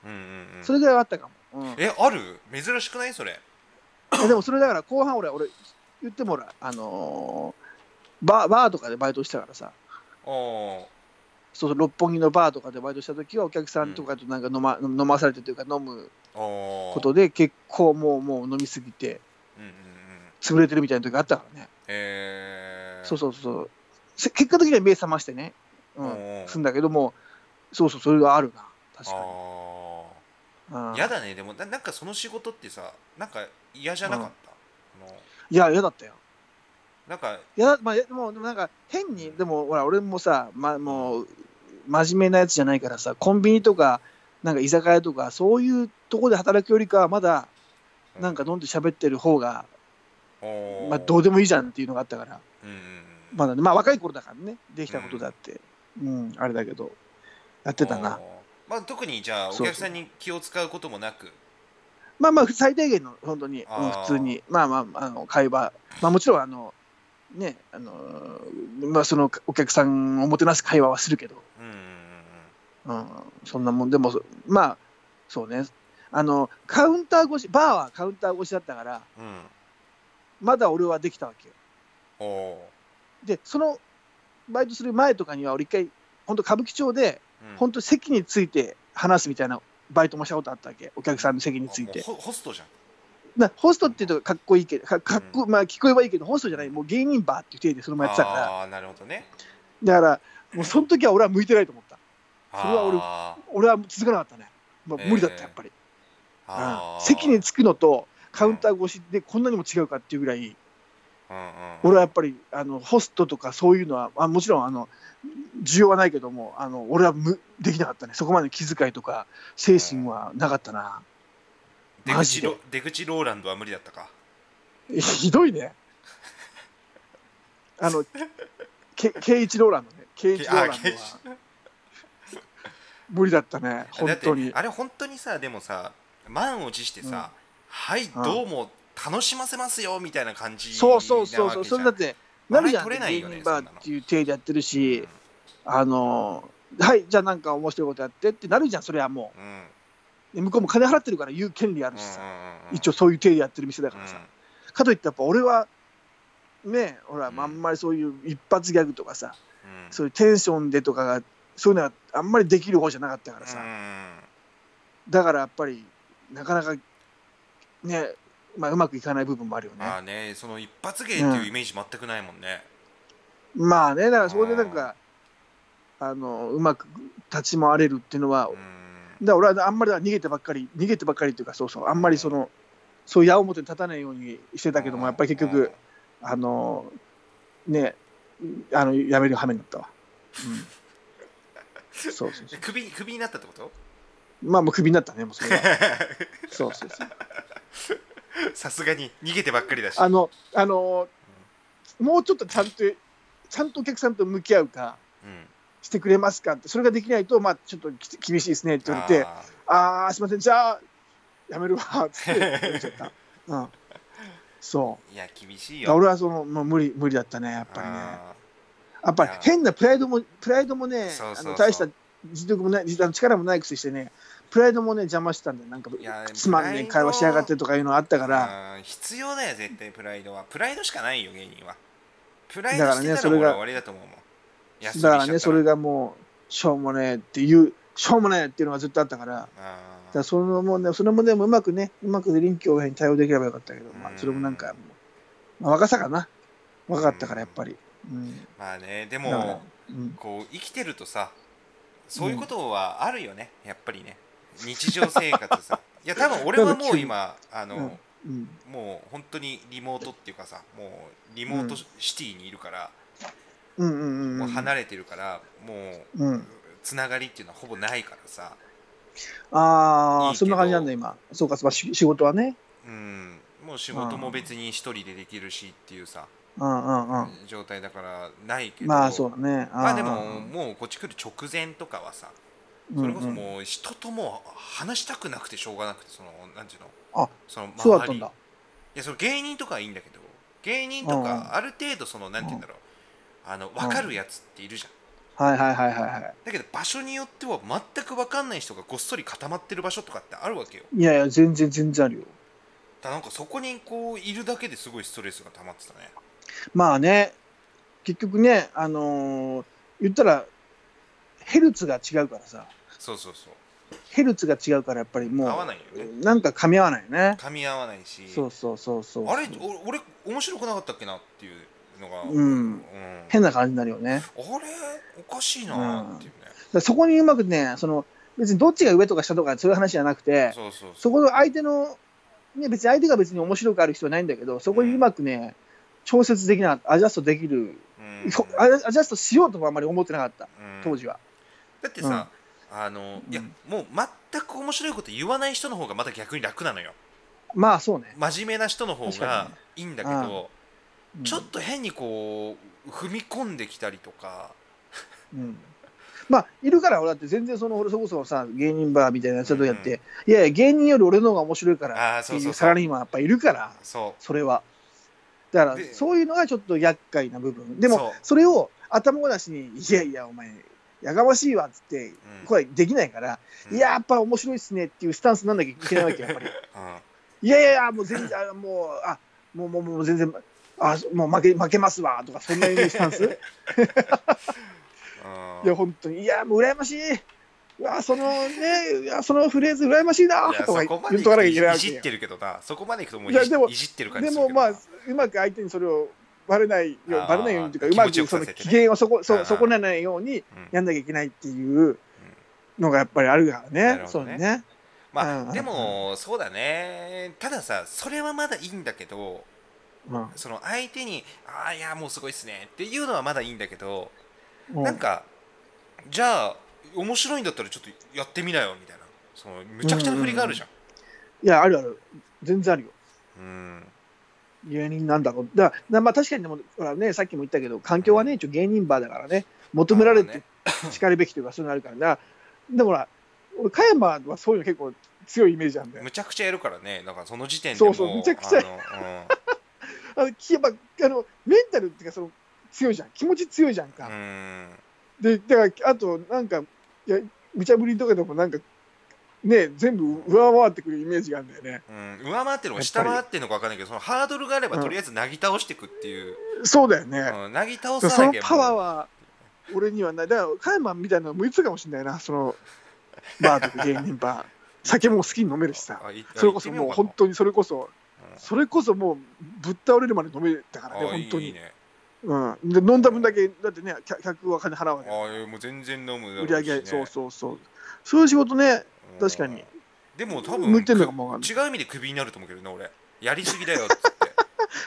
Speaker 1: うんうんうん
Speaker 2: それぐらいはあったかも、 <laughs> うん
Speaker 1: えある珍しくないそれ
Speaker 2: えでもそれだから後半俺俺言ってもほらあのーバーバーとかでバイトしたからさ
Speaker 1: お
Speaker 2: そうそう六本木のバーとかでバイトした時はお客さんとかとなんか飲ま,、飲まされてというか飲む
Speaker 1: おおー
Speaker 2: ことで結構もうもう飲みすぎて
Speaker 1: うんうんうん
Speaker 2: 潰れてるみたいな時があったからね、
Speaker 1: えー、
Speaker 2: そうそうそうせ結果的には目覚ましてね、う
Speaker 1: お
Speaker 2: ん、
Speaker 1: ー
Speaker 2: すんだけどもそうそうそれがあるな確か
Speaker 1: あ
Speaker 2: に、うん
Speaker 1: あ、やだねでもななんかその仕事ってさなんか嫌じゃなかった、あの
Speaker 2: いや嫌だったよ
Speaker 1: なんか
Speaker 2: いやまあでもでもなんか変にでもほら俺もさ、ま、もう真面目なやつじゃないからさコンビニとかなんか居酒屋とかそういうとこで働くよりかはまだなんか飲んで喋ってる方が、
Speaker 1: おー
Speaker 2: まあ、どうでもいいじゃんっていうのがあったから
Speaker 1: うんうんうん
Speaker 2: まだねまあ若い頃だからねできたことだってうん、あれだけどやってたな
Speaker 1: おーまあ特にじゃあお
Speaker 2: そうそう
Speaker 1: 客さんに気を使うこともなく
Speaker 2: まあまあ最低限の本当に、うん
Speaker 1: あー
Speaker 2: 普通にまあまああの会話まあもちろんあのねあのーまあそのお客さんをもてなす会話はするけど
Speaker 1: うんうんうん
Speaker 2: うん、そんなもんでもそまあそうねあのカウンター越しバーはカウンター越しだったから
Speaker 1: うんうん
Speaker 2: まだ俺はできたわけよ
Speaker 1: おお
Speaker 2: でそのバイトする前とかには俺一回本当歌舞伎町で
Speaker 1: ー、うん、
Speaker 2: 本当席について話すみたいなバイトもしたことあったわけお客さんの席につい
Speaker 1: あ
Speaker 2: て
Speaker 1: もうホホストじゃん
Speaker 2: なホストっていうとかっこいいけどかかっこ、まあ聞こえはいいけどホストじゃないもう芸人バーっていう体でそのままやってたから
Speaker 1: ああーなるほどね
Speaker 2: だからもうその時は俺は向いてないと思ったそれは俺
Speaker 1: あ
Speaker 2: 俺は続かなかったね、まあ、無理だっ
Speaker 1: えー
Speaker 2: たやっぱり、
Speaker 1: ーあー
Speaker 2: 席に着くのとカウンター越しでこんなにも違うかっていうぐらい、
Speaker 1: うんうん
Speaker 2: 俺はやっぱりあのホストとかそういうのはあもちろんあの需要はないけどもあの俺は無できなかったねそこまで気遣いとか精神はなかったな、
Speaker 1: 出
Speaker 2: マジ
Speaker 1: 口
Speaker 2: で
Speaker 1: ロ出口ローランドは無理だったか
Speaker 2: ひどいねあのけ圭一ローランドね圭一ローランドは
Speaker 1: けあー
Speaker 2: 無理だったね
Speaker 1: だ
Speaker 2: 本
Speaker 1: って
Speaker 2: 当に
Speaker 1: あれ本当にさでもさ満を持してさ、はい
Speaker 2: うん
Speaker 1: どうも楽しませますよみたいな感じ
Speaker 2: そうそうそう
Speaker 1: な
Speaker 2: そ
Speaker 1: わ
Speaker 2: う
Speaker 1: けじゃん
Speaker 2: それだってな
Speaker 1: 笑い取れ
Speaker 2: るじゃん
Speaker 1: ないよね
Speaker 2: 芸人バ
Speaker 1: そんな
Speaker 2: ー
Speaker 1: の
Speaker 2: っていう体でやってるし、
Speaker 1: うん
Speaker 2: あのはい、じゃあなんか面白いことやってってなるじゃん、それはも
Speaker 1: うんうん
Speaker 2: う。で向こうも金払ってるから言う権利あるし
Speaker 1: う
Speaker 2: さ、
Speaker 1: んうん
Speaker 2: 一応そういう体でやってる店だ
Speaker 1: う
Speaker 2: か
Speaker 1: ん
Speaker 2: らさ。かといってやっぱ俺は、ね、ほら、
Speaker 1: うん
Speaker 2: あんまりそういう一発ギャグとかさ、
Speaker 1: うん
Speaker 2: そういうテンションでとかが、そういうのはあんまりできる方じゃなかったからさ、
Speaker 1: う
Speaker 2: だからやっぱり、なかなか、ね、まあ、うまくいかない部分もあるよ
Speaker 1: んま
Speaker 2: ね。
Speaker 1: あねその一発芸っていうイメージ全くないもんね、
Speaker 2: まあね、だからそこでなんか、あのうまく立ち回れるっていうのは
Speaker 1: うん
Speaker 2: だから俺はあんまりだから逃げてばっかり逃げてばっかりっていうかそうそうあんまりそのそういう矢面に立たないようにしてたけどもやっぱり結局あのねあのやめる羽目になったわ、 <laughs> うん、そうそうそ
Speaker 1: うん首首になったってこと <laughs>
Speaker 2: うまあもうクビになったねもうそれはそうそうそう
Speaker 1: さすがに逃げてばっかりだし
Speaker 2: あのあのもうちょっとちゃんとちゃんとお客さんと向き合うか
Speaker 1: うん
Speaker 2: してくれますかってそれができないとまあちょっとき厳しいですねって言われて
Speaker 1: あー
Speaker 2: ああーすいませんじゃあやめるわっつ
Speaker 1: <laughs>
Speaker 2: ってや <laughs> めちゃった、うん、そう
Speaker 1: いや厳しい
Speaker 2: まあ
Speaker 1: よ
Speaker 2: 俺はそのもう無理無理だったねやっぱりね
Speaker 1: あ
Speaker 2: やっぱり
Speaker 1: いや
Speaker 2: 変なプライドもプライドもね
Speaker 1: そうそうそう
Speaker 2: あの大した実力もない実あの力もないくせしてねプライドもね邪魔してたんでなんか
Speaker 1: いや
Speaker 2: つまんねえ会話しやがってとかいうのあった
Speaker 1: ー
Speaker 2: から
Speaker 1: うん必要だよ絶対プライドはプライドしかないよ芸人はプライ
Speaker 2: だ
Speaker 1: ド
Speaker 2: から
Speaker 1: し
Speaker 2: ね
Speaker 1: てたら
Speaker 2: それが
Speaker 1: 俺は終わりだと思うもん
Speaker 2: だ
Speaker 1: 休みしちゃ
Speaker 2: か
Speaker 1: った
Speaker 2: らねそれがもうしょうもねえっていうしょうもねえっていうのがずっとあったからだか
Speaker 1: あー
Speaker 2: らそのもねそれもでもうまくねうまく臨機応変に対応できればよかったけど、まあ
Speaker 1: う、ん
Speaker 2: それもなんかもう、まあ若さかな若かったからやっぱり、うん、
Speaker 1: まあねで
Speaker 2: だから
Speaker 1: も、
Speaker 2: うん、
Speaker 1: こう生きてるとさそういうことはあるよね、やっぱりね日常生活
Speaker 2: <laughs>
Speaker 1: さいや多分俺はもう今あの、
Speaker 2: うん
Speaker 1: もう本当にリモートっていうかさもうリモートシティにいるから、
Speaker 2: うんうんうん
Speaker 1: もう
Speaker 2: うん
Speaker 1: 離れてるからもう
Speaker 2: うん
Speaker 1: つながりっていうのはほぼないからさいいけ
Speaker 2: あ
Speaker 1: ど
Speaker 2: あ、そんな感じなんだ、今。そうか、そうかし仕事はね。
Speaker 1: うんもう仕事も別に一人でできるしっていうさ、
Speaker 2: うんうんうん。
Speaker 1: 状態だからないけど
Speaker 2: まあそうだね。
Speaker 1: まあで
Speaker 2: うん
Speaker 1: ももうこっち来る直前とかはさそれこそもう人ともう話したくなくてしょうがなくてそのなんていうの
Speaker 2: あ
Speaker 1: その周り
Speaker 2: そうだったんだ。
Speaker 1: いやその芸人とかはいいんだけど芸人と
Speaker 2: うんうん
Speaker 1: かある程度そのなんて言うんだろうあの分かるやつっているじゃん
Speaker 2: はいはいはいはいは
Speaker 1: だけど場所によっては全く分かんない人がごっそり固まってる場所とかってあるわけよ
Speaker 2: い。いやいや、全然全然あるよ。
Speaker 1: だからなんかそこにこういるだけですごいストレスが溜まってたね
Speaker 2: まあね、結局ね、あのー言ったら、ヘルツが違うからさ、
Speaker 1: そうそうそう
Speaker 2: ヘルツが違うからやっぱりもう、
Speaker 1: 合わないよね
Speaker 2: なんか噛み合わないよね。
Speaker 1: 噛み合わないし
Speaker 2: そうそうそうそう。
Speaker 1: あれお俺面白くなかったっけなっていうのが、
Speaker 2: うん
Speaker 1: うん
Speaker 2: 変な感じになるよね。
Speaker 1: あれおかしいなっていうね、
Speaker 2: だからそこにうまくね、その別にどっちが上とか下とかそういう話じゃなくて、
Speaker 1: そうそうそう
Speaker 2: そこの相手の、ね、別に相手が別に面白くある必要はないんだけど、そこにうまくね、調節できな、アジャストできる、
Speaker 1: うん
Speaker 2: ひょアジャアジャストしようともあんまり思ってなかった、
Speaker 1: うん
Speaker 2: 当時は。
Speaker 1: だってさ、あのいや
Speaker 2: うん
Speaker 1: もう全く面白いこと言わない人の方がまた逆に楽なのよ
Speaker 2: まあそうね。
Speaker 1: 真面目な人の方
Speaker 2: 確か
Speaker 1: が
Speaker 2: にね
Speaker 1: いいんだけど、
Speaker 2: うん
Speaker 1: ちょっと変にこう踏み込んできたりとか
Speaker 2: うんまあ、いるから俺だって全然その俺そこそこさ芸人バーみたいなやつだとやって、いやいや芸人より俺の方が面白いから
Speaker 1: ああー
Speaker 2: って
Speaker 1: そう
Speaker 2: い
Speaker 1: そうう
Speaker 2: サ
Speaker 1: そ
Speaker 2: ラ
Speaker 1: う
Speaker 2: リーマンやっぱいるから
Speaker 1: そ
Speaker 2: それはだから
Speaker 1: で
Speaker 2: そういうのがちょっと厄介な部分で
Speaker 1: そう
Speaker 2: もそれを頭ごなしに「いやいやお前やかましいわ」っつって
Speaker 1: う、うん
Speaker 2: 声できないから、
Speaker 1: うん
Speaker 2: いややっぱ面白いっすねっていうスタンスになんなきゃいけないわけやっぱ
Speaker 1: <laughs>
Speaker 2: り
Speaker 1: うん
Speaker 2: いやいやいやもう全然あもうあもうもうもう全然あもう負け負けますわとかそんないうスタンス
Speaker 1: うん
Speaker 2: いや、本当に、いや、もう羨ましい。うわ、そのね、いや、そのフレーズ羨ましいな、
Speaker 1: いや
Speaker 2: <laughs> とか
Speaker 1: そこまで
Speaker 2: 言っとかなきゃいけないわ
Speaker 1: い
Speaker 2: け
Speaker 1: じっ
Speaker 2: や
Speaker 1: てるけどなそこまでいくともうい
Speaker 2: いや
Speaker 1: じ
Speaker 2: でも
Speaker 1: いじってる感
Speaker 2: で
Speaker 1: じす
Speaker 2: も、
Speaker 1: るけど
Speaker 2: ま
Speaker 1: な
Speaker 2: あ、うまく相手にそれをバレないように、
Speaker 1: あー
Speaker 2: バレないようにという
Speaker 1: 気
Speaker 2: か、うま
Speaker 1: 持ちよ
Speaker 2: く
Speaker 1: くさ
Speaker 2: そ
Speaker 1: せ
Speaker 2: の
Speaker 1: てね
Speaker 2: 機嫌をそこ、
Speaker 1: あ
Speaker 2: そ
Speaker 1: ー
Speaker 2: 損ねないように
Speaker 1: うん
Speaker 2: やんなきゃいけないっていうのがやっぱりあるから
Speaker 1: な
Speaker 2: ね。
Speaker 1: るほ
Speaker 2: そう
Speaker 1: どね
Speaker 2: ね。うん
Speaker 1: ま
Speaker 2: う
Speaker 1: あ、
Speaker 2: ん
Speaker 1: でもそうだねたださそれはまだいいんだけど
Speaker 2: うん
Speaker 1: その相手に「ああいやもうすごいっすね」っていうのはまだいいんだけど
Speaker 2: うん
Speaker 1: なんかじゃあ面白いんだったらちょっとやってみなよみたいなそのむちゃくちゃな振りがあるじゃん。
Speaker 2: いや、あるある。全然あるよ。
Speaker 1: うん
Speaker 2: 芸人なんだろう。だから、まあ確かにでも、ほらね、さっきも言ったけど、環境はね、一応芸人バーだからね、求められて <laughs> しかるべきというか、そういうのあるからな。でもほら、俺、加山はそういうの結構強いイメージなんだよ。
Speaker 1: むちゃくちゃやるからねだからその時点で
Speaker 2: そ
Speaker 1: も
Speaker 2: うそうむちゃくちゃ
Speaker 1: あの
Speaker 2: あの、聞けば、あの、メンタルっていうか、その、強いじゃん。気持ち強いじゃん
Speaker 1: う
Speaker 2: か。
Speaker 1: ん、うん
Speaker 2: で、だから、あと、なんか、いや、無茶ぶりとかでも、なんか、ね、全部上回ってくるイメージがあるんだよね。
Speaker 1: うん、上回ってるのか下回ってるのか分かんないけどそのハードルがあれば
Speaker 2: うん
Speaker 1: とりあえずなぎ倒していくっていう、
Speaker 2: そうだよね。
Speaker 1: うん、なぎ倒
Speaker 2: そ
Speaker 1: さな
Speaker 2: の
Speaker 1: きゃ
Speaker 2: パワー
Speaker 1: もう
Speaker 2: は、俺にはない。だから、加山みたいなの向いてたかもしれないな、その、バーとか芸人バー。酒も好きに飲めるしさ。
Speaker 1: あい
Speaker 2: それこそも
Speaker 1: 行
Speaker 2: う
Speaker 1: ってみ
Speaker 2: 本当にそれこそ、それこそもうぶっ倒れるまで飲めたからね、
Speaker 1: ようかなうんあ
Speaker 2: 本当に。
Speaker 1: いいね
Speaker 2: うん、で飲んだ分だけ、だってね、客客は金払うわけだか
Speaker 1: ああいやもう全然飲む
Speaker 2: ら
Speaker 1: だろ
Speaker 2: 売
Speaker 1: うし
Speaker 2: り
Speaker 1: ね
Speaker 2: 上げ、そうそうそう。そういう仕事ね、
Speaker 1: うん
Speaker 2: 確かに
Speaker 1: でも多分
Speaker 2: 向いてるのかもわかんない。
Speaker 1: 違う意味でクビになると思うけどね俺やりすぎだよっつ
Speaker 2: <laughs>
Speaker 1: って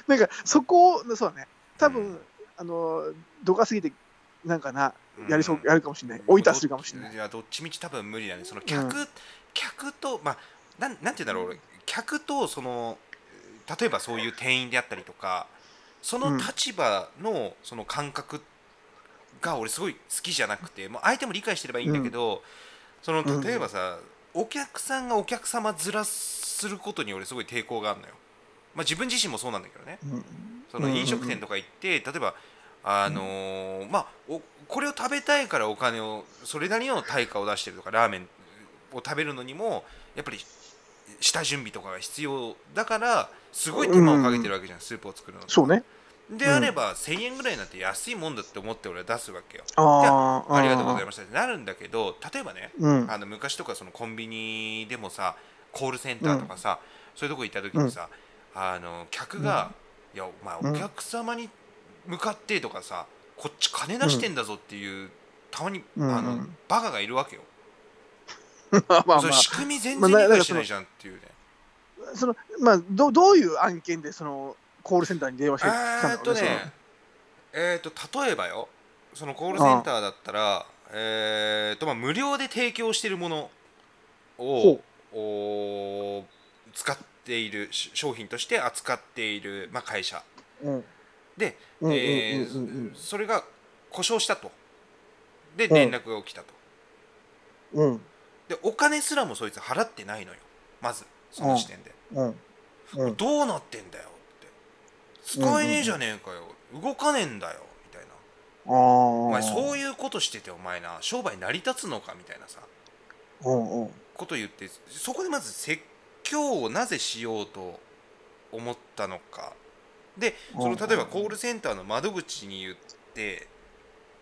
Speaker 2: なんか、そこを、そうだね、多分、
Speaker 1: うん
Speaker 2: あの、度が過ぎて、なんかな、
Speaker 1: うん
Speaker 2: やりそう、やるかもしれない。追い出するかもしれない。
Speaker 1: やどっちみち多分無理だねその客、客とまあなんなんて言うんだろう俺客とその例えばそういう店員であったりとかその立場のその感覚が俺すごい好きじゃなくてもう相手も理解してればいいんだけど、その
Speaker 2: うん
Speaker 1: 例えばさ、お客さんがお客様ずらすることに俺すごい抵抗があるのよ、まあ、自分自身もそうなんだけどね
Speaker 2: うん
Speaker 1: その飲食店とか行って例えばあのーまあおこれを食べたいからお金をそれなりの対価を出してるとかラーメンを食べるのにもやっぱり下準備とかが必要だからすごい手間をかけてるわけじゃん、スープを作るのに
Speaker 2: そうね。
Speaker 1: であれば1000円ぐらいなんて安いもんだって思って俺は出すわけよ
Speaker 2: ああ、
Speaker 1: ありがとうござい
Speaker 2: ま
Speaker 1: ましたってなるんだけど例えばね
Speaker 2: す。うん。
Speaker 1: あの昔とかそのコンビニでもさコールセンターとかさ、そういうとこ行った時にさ、あの客が「いやお前
Speaker 2: うん
Speaker 1: お客様に向かって」とかさ「こっち金出してんだぞ」っていう、たまに、あ
Speaker 2: う
Speaker 1: の
Speaker 2: ん
Speaker 1: バカがいるわけよ、
Speaker 2: まあまあ
Speaker 1: それ
Speaker 2: まあ、
Speaker 1: 仕組み全
Speaker 2: まあ
Speaker 1: 然
Speaker 2: な
Speaker 1: 理解
Speaker 2: なんか
Speaker 1: してないじゃんっていうね。
Speaker 2: その、まあ、どどういう案件で、その、コールセンターに電話してきた
Speaker 1: え
Speaker 2: の
Speaker 1: ーっとね
Speaker 2: その
Speaker 1: えーっと例えばよそのコールセンターだったらえーっとまあ無料で提供しているものを
Speaker 2: ほ
Speaker 1: おー使っているし商品として扱っている、まあ、会社
Speaker 2: うん
Speaker 1: で、
Speaker 2: うんうんうん
Speaker 1: え
Speaker 2: うんうん
Speaker 1: ーそれが故障したとで連絡が起きたと、
Speaker 2: うん
Speaker 1: でお金すらもそいつ払ってないのよまずその時点で、
Speaker 2: うんうん
Speaker 1: どうなってんだよって使えねえじゃねえかよ、動かねえんだよみたいな
Speaker 2: あお
Speaker 1: お前
Speaker 2: う
Speaker 1: そういうことしててお前な商売成り立つのかみたいなさ
Speaker 2: うんうん
Speaker 1: こと言ってそこでまず説教をなぜしようと思ったのかでその例えばコールセンターの窓口に言って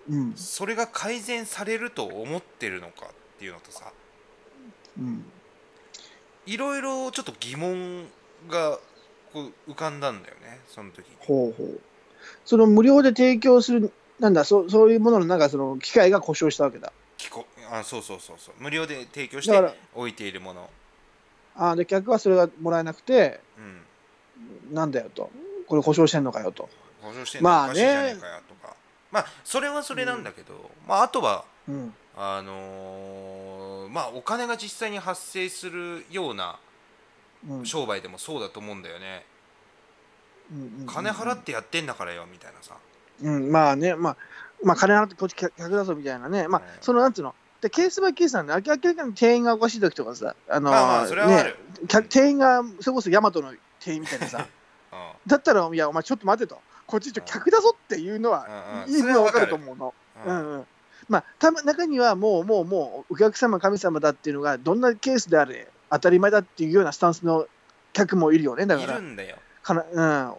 Speaker 2: うん
Speaker 1: それが改善されると思ってるのかっていうのとさ
Speaker 2: うん
Speaker 1: いろいろちょっと疑問がこう浮かんだんだよねその時に。
Speaker 2: ほうほうその無料で提供するなんだそそういうもののなんかその機械が故障したわけだ
Speaker 1: 聞こあそうそうそうそう無料で提供し
Speaker 2: だか
Speaker 1: て
Speaker 2: ら
Speaker 1: 置いているもの、
Speaker 2: あーで客はそれがもらえなくて
Speaker 1: うん、
Speaker 2: なんだよとこれ故障してんのかよと、
Speaker 1: 保証してん
Speaker 2: ま
Speaker 1: の
Speaker 2: あ
Speaker 1: お
Speaker 2: ね
Speaker 1: かしいじゃねえかよとかまあそれはそれなんだけど、まああとは
Speaker 2: うん、
Speaker 1: あのーまあお金が実際に発生するような
Speaker 2: うん
Speaker 1: 商売でもそうだと思うんだよね、
Speaker 2: うんうんうん
Speaker 1: 金払ってやってんだからよみたいなさ、
Speaker 2: うん、まあね、まあ、まあ、金払ってこっち客客だぞみたいなね、まあ
Speaker 1: うん、
Speaker 2: そのなんつうの、でケースバイケースなんで、明らかに店員がおかしい時とかさ、あの
Speaker 1: まあまあそれはある
Speaker 2: ね、客店員が、それこそヤマトの店員みたいな
Speaker 1: <laughs>
Speaker 2: さ、だったら、いや、お前ちょっと待てと、こっち一応客だぞっていうのは、
Speaker 1: うんうん
Speaker 2: 言い分は分かると思うの。
Speaker 1: う
Speaker 2: うん
Speaker 1: うん
Speaker 2: んうんまあ、たま中にはもう、もう、もう、お客様、神様だっていうのが、どんなケースであれ、当たり前だっていうようなスタンスの客もいるよね、だか
Speaker 1: い
Speaker 2: ら
Speaker 1: る。んだよ
Speaker 2: かなうん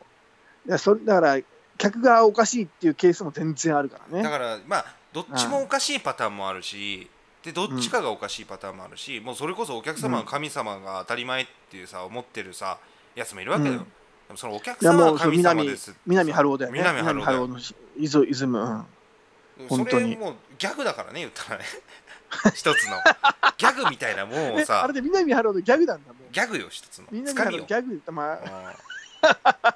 Speaker 2: いやそれだから客がおかしいっていうケースも全然あるからね
Speaker 1: だからまあどっちもおかしいパターンもあるし、でどっちかがおかしいパターンもあるし、もうそれこそお客様は神様が当たり前っていうさ思ってるさやつもいるわけだよ、
Speaker 2: うん
Speaker 1: でもそのお客
Speaker 2: いや
Speaker 1: 様
Speaker 2: も
Speaker 1: は
Speaker 2: うそう
Speaker 1: 神様ですってさ
Speaker 2: 南春夫だよね
Speaker 1: 南春夫だよ
Speaker 2: のイズイズム、うん
Speaker 1: そ
Speaker 2: 本当
Speaker 1: れ
Speaker 2: に
Speaker 1: もうギャグだからね言ったらね <laughs> 一つのギャグみたいなもんを
Speaker 2: えあ
Speaker 1: さ
Speaker 2: れで南春夫のギャグなんだもん
Speaker 1: ギャグよ一つの
Speaker 2: 南
Speaker 1: つか
Speaker 2: 春
Speaker 1: み
Speaker 2: 夫
Speaker 1: よ
Speaker 2: のギャグま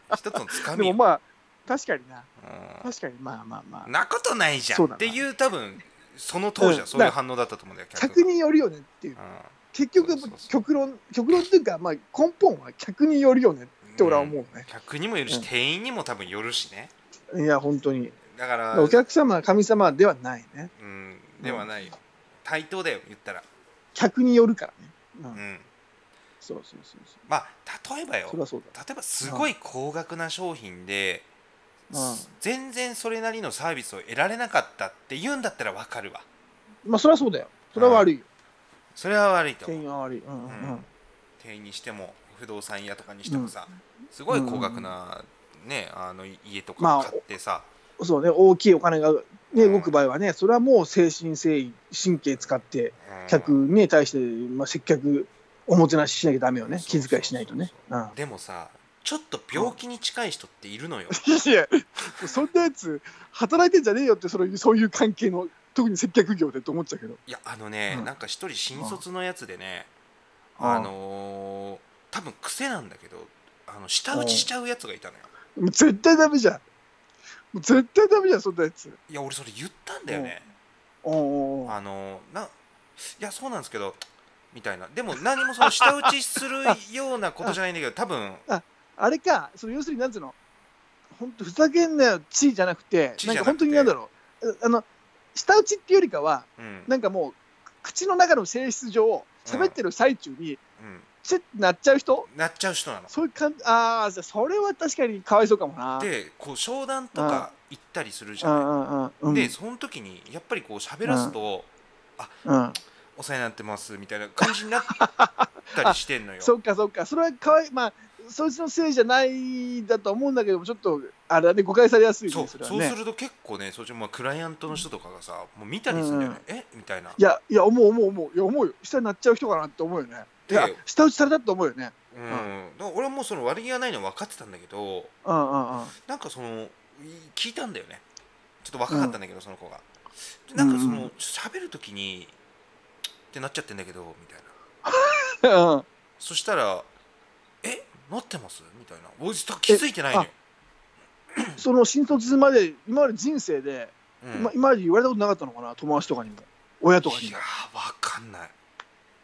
Speaker 1: うん一つのつか
Speaker 2: あで
Speaker 1: み
Speaker 2: も
Speaker 1: よ、
Speaker 2: まあ確かにな
Speaker 1: う
Speaker 2: 確かにまあまあまあ
Speaker 1: んなことないじゃ
Speaker 2: そ
Speaker 1: ん
Speaker 2: うだ
Speaker 1: っ
Speaker 2: な
Speaker 1: ていう多分その当時はそういう反応だったと思うんだよ
Speaker 2: 客
Speaker 1: が
Speaker 2: によるよねっていう結局
Speaker 1: そうそうそう
Speaker 2: 極論極論っていうか、まあ、根本は客によるよね
Speaker 1: うん
Speaker 2: って俺は思うね
Speaker 1: ん客にもよるし、
Speaker 2: うん
Speaker 1: 店員にも多分よるしね
Speaker 2: いや本当に
Speaker 1: だから
Speaker 2: お客様は神様ではないね
Speaker 1: うんではないよ対等だよ言ったら
Speaker 2: 客によるからね、う、
Speaker 1: うんん
Speaker 2: そうそうそうそ
Speaker 1: まあ例えばよ
Speaker 2: うそれはそう
Speaker 1: 例えばすごい高額な商品で、
Speaker 2: だ、うん、
Speaker 1: 全然それなりのサービスを得られなかったって言うんだったら分かるわ
Speaker 2: まあそれはそうだよ。それは悪いよ。
Speaker 1: それは悪いと
Speaker 2: 店
Speaker 1: 思う
Speaker 2: 員は悪い。うんうん
Speaker 1: う
Speaker 2: うんん。
Speaker 1: 店員にしても不動産屋とかにしてもさ、すごい高額な、ね、あの家と
Speaker 2: ま
Speaker 1: か
Speaker 2: あ
Speaker 1: 買ってさ、
Speaker 2: そうね、大きいお金が、ね、
Speaker 1: うん
Speaker 2: 動く場合はね、それはもう精神誠意、神経使っ
Speaker 1: う
Speaker 2: て、
Speaker 1: ん
Speaker 2: 客に対して、まあ、接客、おもてなししなきゃダメよね。
Speaker 1: そうそう
Speaker 2: 気
Speaker 1: そう
Speaker 2: 遣いしないとね。うん。
Speaker 1: でもさちょっと病気に近い人っているのよ、
Speaker 2: いや、そんなやつ、働いてんじゃねえよって、そのそういう関係の、特に接客業でと思っちゃうけど。
Speaker 1: いやあのね、
Speaker 2: うん
Speaker 1: なんか一人新卒のやつでね、
Speaker 2: うん
Speaker 1: あのー多分癖なんだけどあの舌打ちしちゃうやつがいたのよ、
Speaker 2: もう絶対ダメじゃん。もう絶対ダメじゃん、そんなやつ。
Speaker 1: いや俺それ言ったんだよね、
Speaker 2: おうおうおう
Speaker 1: あのーないやそうなんですけどみたいなでも何もその舌打ちするようなことじゃないんだ
Speaker 2: <laughs>
Speaker 1: けど多分
Speaker 2: あれか、その要するになんつうの、本当ふざけんなよ、地位じゃなくて、
Speaker 1: 地位
Speaker 2: なん
Speaker 1: じゃなくて
Speaker 2: か本当になんだろう、ああの、舌打ちっていうよりかは、
Speaker 1: うん
Speaker 2: なんかもう、口の中の性質上、喋ってる最中に、
Speaker 1: う
Speaker 2: チェッてなっちゃう人、
Speaker 1: ん、なっちゃう人なの
Speaker 2: そういう感じ、ああ、じゃあそれは確かにかわいそうかもな。
Speaker 1: でこう商談とか行ったりするじ
Speaker 2: う
Speaker 1: ゃ
Speaker 2: ん
Speaker 1: な
Speaker 2: うんうんうん。
Speaker 1: いでその時にやっぱりこう喋らすと
Speaker 2: うん、
Speaker 1: 「お世話になってます」みたいな感じになったりしてんのよ
Speaker 2: <laughs> そっかそっか、それはかわいまあ、そいつのせいじゃないだと思うんだけども、ちょっと、あれだね、誤解されやすい
Speaker 1: そう
Speaker 2: ね、
Speaker 1: そ
Speaker 2: れ
Speaker 1: う
Speaker 2: は
Speaker 1: す
Speaker 2: ね。
Speaker 1: ると結構ねそっちもまあクライアントの人とかがさもう見たりするんだよね、えみたいない
Speaker 2: や、いや、思う思う思う、いや、思うよ、下になっちゃう人かなって思うよね。い
Speaker 1: で
Speaker 2: や、舌打ちされたって思うよね。
Speaker 1: うん、だから俺はもうその悪気がないの分かってたんだけど
Speaker 2: うんうんうん
Speaker 1: なんかそのい聞いたんだよねちょっと若かったんだけど、その子がでなんかそ
Speaker 2: うんう
Speaker 1: の喋る時にってなっちゃってんだけどみたいな
Speaker 2: うん
Speaker 1: そしたら「えなってます?」みたいなおじさん気づいてないのよ、
Speaker 2: その新卒まで今まで人生で、
Speaker 1: うん
Speaker 2: ま今まで言われたことなかったのかな友達とかにも親とかに
Speaker 1: い
Speaker 2: も
Speaker 1: やーわかんない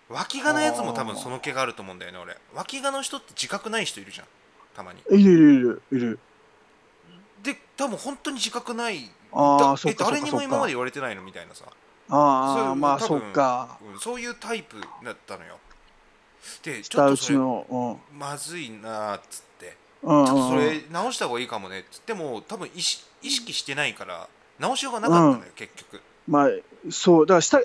Speaker 1: 脇がのやつも多分その気があると思うんだよね俺脇がの人って自覚ない人いるじゃんたまに
Speaker 2: いるいるいるいる
Speaker 1: で多分本当に自覚ない
Speaker 2: あ
Speaker 1: だ
Speaker 2: あ、そっ
Speaker 1: え
Speaker 2: か、そ
Speaker 1: 誰
Speaker 2: っか、
Speaker 1: に
Speaker 2: そ
Speaker 1: も
Speaker 2: っ
Speaker 1: 今まで
Speaker 2: か。
Speaker 1: 言われてないのみたいなさ、
Speaker 2: あ
Speaker 1: そ
Speaker 2: あ、
Speaker 1: う
Speaker 2: まあ、
Speaker 1: 多
Speaker 2: そ
Speaker 1: 分
Speaker 2: っか。
Speaker 1: うんそういうタイプだったのよでちょ
Speaker 2: 下
Speaker 1: っ
Speaker 2: 打
Speaker 1: と
Speaker 2: ち
Speaker 1: それ
Speaker 2: の。
Speaker 1: まずいなーっつって
Speaker 2: うん。うん
Speaker 1: ちょっとそ
Speaker 2: うんうん
Speaker 1: れ直した方がいいかもねっつっても多分意識意識してないから直しようがなかったのよ、結局、
Speaker 2: まあ、そう、だから下、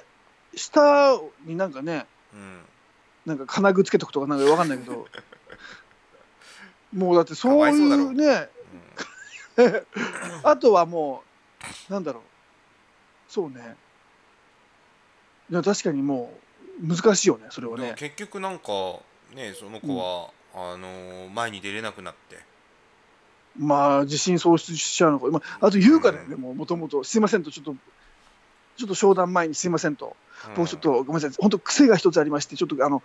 Speaker 2: 下になんかね、
Speaker 1: うん、
Speaker 2: なんか金具つけとくとかなんかわかんないけ
Speaker 1: <laughs>
Speaker 2: ど、もうだってそうい
Speaker 1: かわいそうだろ
Speaker 2: う
Speaker 1: う
Speaker 2: ね、
Speaker 1: う
Speaker 2: あとはもう、なんだろう、そうね、いや確かにもう、難しいよね、それ
Speaker 1: ん
Speaker 2: は
Speaker 1: でも
Speaker 2: ね。
Speaker 1: 結局なんかねその子は、あのー前に出れなくなって
Speaker 2: まあ、自信喪失しちゃうのか、まあ、あと優香だよね、もう、もともと、すいませんと、ちょっと、ちょっと商談前にすいませんと、僕ちょっ、とごめんなさい、本当、癖が一つありまして、ちょっとあの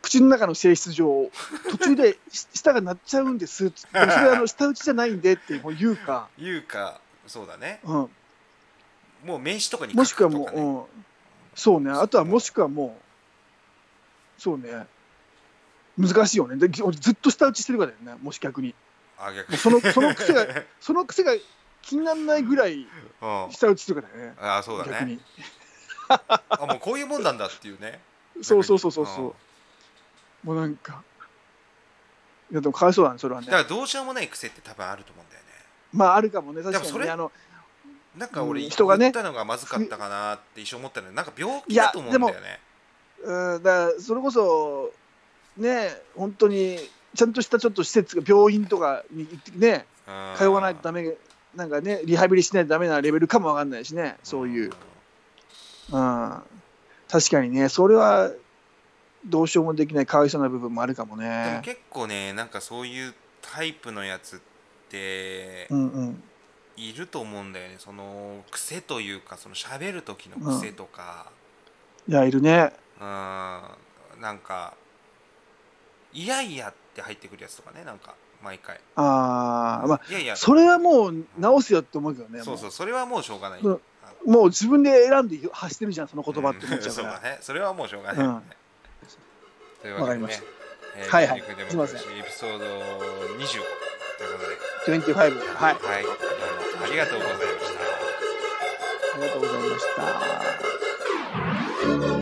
Speaker 2: 口の中の性質上、途中で <laughs> し舌が鳴っちゃうんです、つってそれあの舌打ちじゃないんでってもう言うか、
Speaker 1: うんいうかそうだね
Speaker 2: うん、
Speaker 1: もう名刺とかに
Speaker 2: もしくは
Speaker 1: 書
Speaker 2: も
Speaker 1: くとか
Speaker 2: う、
Speaker 1: ね
Speaker 2: うん、そうね、あとはもしくはもう、そうね、難しいよね、で俺ずっと舌打ちしてるからだよね、もし逆に。
Speaker 1: あ逆
Speaker 2: もう
Speaker 1: に
Speaker 2: そ
Speaker 1: <laughs>
Speaker 2: のその癖がその癖が気にならないぐらい
Speaker 1: うん
Speaker 2: 舌打ちしてるからね。
Speaker 1: あそうだ
Speaker 2: 逆
Speaker 1: ね
Speaker 2: に
Speaker 1: あもうこういうもんなんだっていうね
Speaker 2: <laughs> そうそうそうそうそ
Speaker 1: ん
Speaker 2: うもうなんかいやでもかわいそうだねそれはね
Speaker 1: だからどうしようもない癖って多分あると思うんだよね
Speaker 2: まああるかもね確
Speaker 1: も
Speaker 2: かに
Speaker 1: そ
Speaker 2: ね
Speaker 1: れ
Speaker 2: あの
Speaker 1: なんか俺、
Speaker 2: うん人が
Speaker 1: 言
Speaker 2: ね
Speaker 1: ったのがまずかったかなって一瞬思ったのよなんか病気
Speaker 2: いや
Speaker 1: だと思うんだよね
Speaker 2: うんだからそれこそね本当にちゃんとしたちょっと施設が病院とかに行ってね
Speaker 1: うん
Speaker 2: 通わないとダメなんかねリハビリしないとダメなレベルかもわかんないしねそういう、うん、確かにねそれはどうしようもできないかわいそうな部分もあるかも
Speaker 1: うんでも
Speaker 2: ね
Speaker 1: 結構ねなんかそういうタイプのやつって
Speaker 2: うんうん
Speaker 1: いると思うんだよねその癖というかその喋る時の癖とか、
Speaker 2: いやいるね
Speaker 1: うん、なんか「いやいや」って入ってくるやつとかねなんか毎回
Speaker 2: ああまあ
Speaker 1: 「いやいや」
Speaker 2: それはもう直せよって思うけどね
Speaker 1: そうそ
Speaker 2: も
Speaker 1: うそれはもうしょうがない、
Speaker 2: うんうもう自分で選んで発してるじゃんその言葉って思っち
Speaker 1: <laughs>
Speaker 2: ゃうか
Speaker 1: そ
Speaker 2: ら、
Speaker 1: だねそれはもうしょうがないよね、というわ
Speaker 2: わか
Speaker 1: けで
Speaker 2: りま
Speaker 1: ね
Speaker 2: し
Speaker 1: えー
Speaker 2: はいはい
Speaker 1: 筋肉デ
Speaker 2: すい
Speaker 1: モク
Speaker 2: ません
Speaker 1: ラシーエピソード20ということで、
Speaker 2: 25は
Speaker 1: は
Speaker 2: い
Speaker 1: い、どうもありがとうございました。
Speaker 2: ありがとうございました。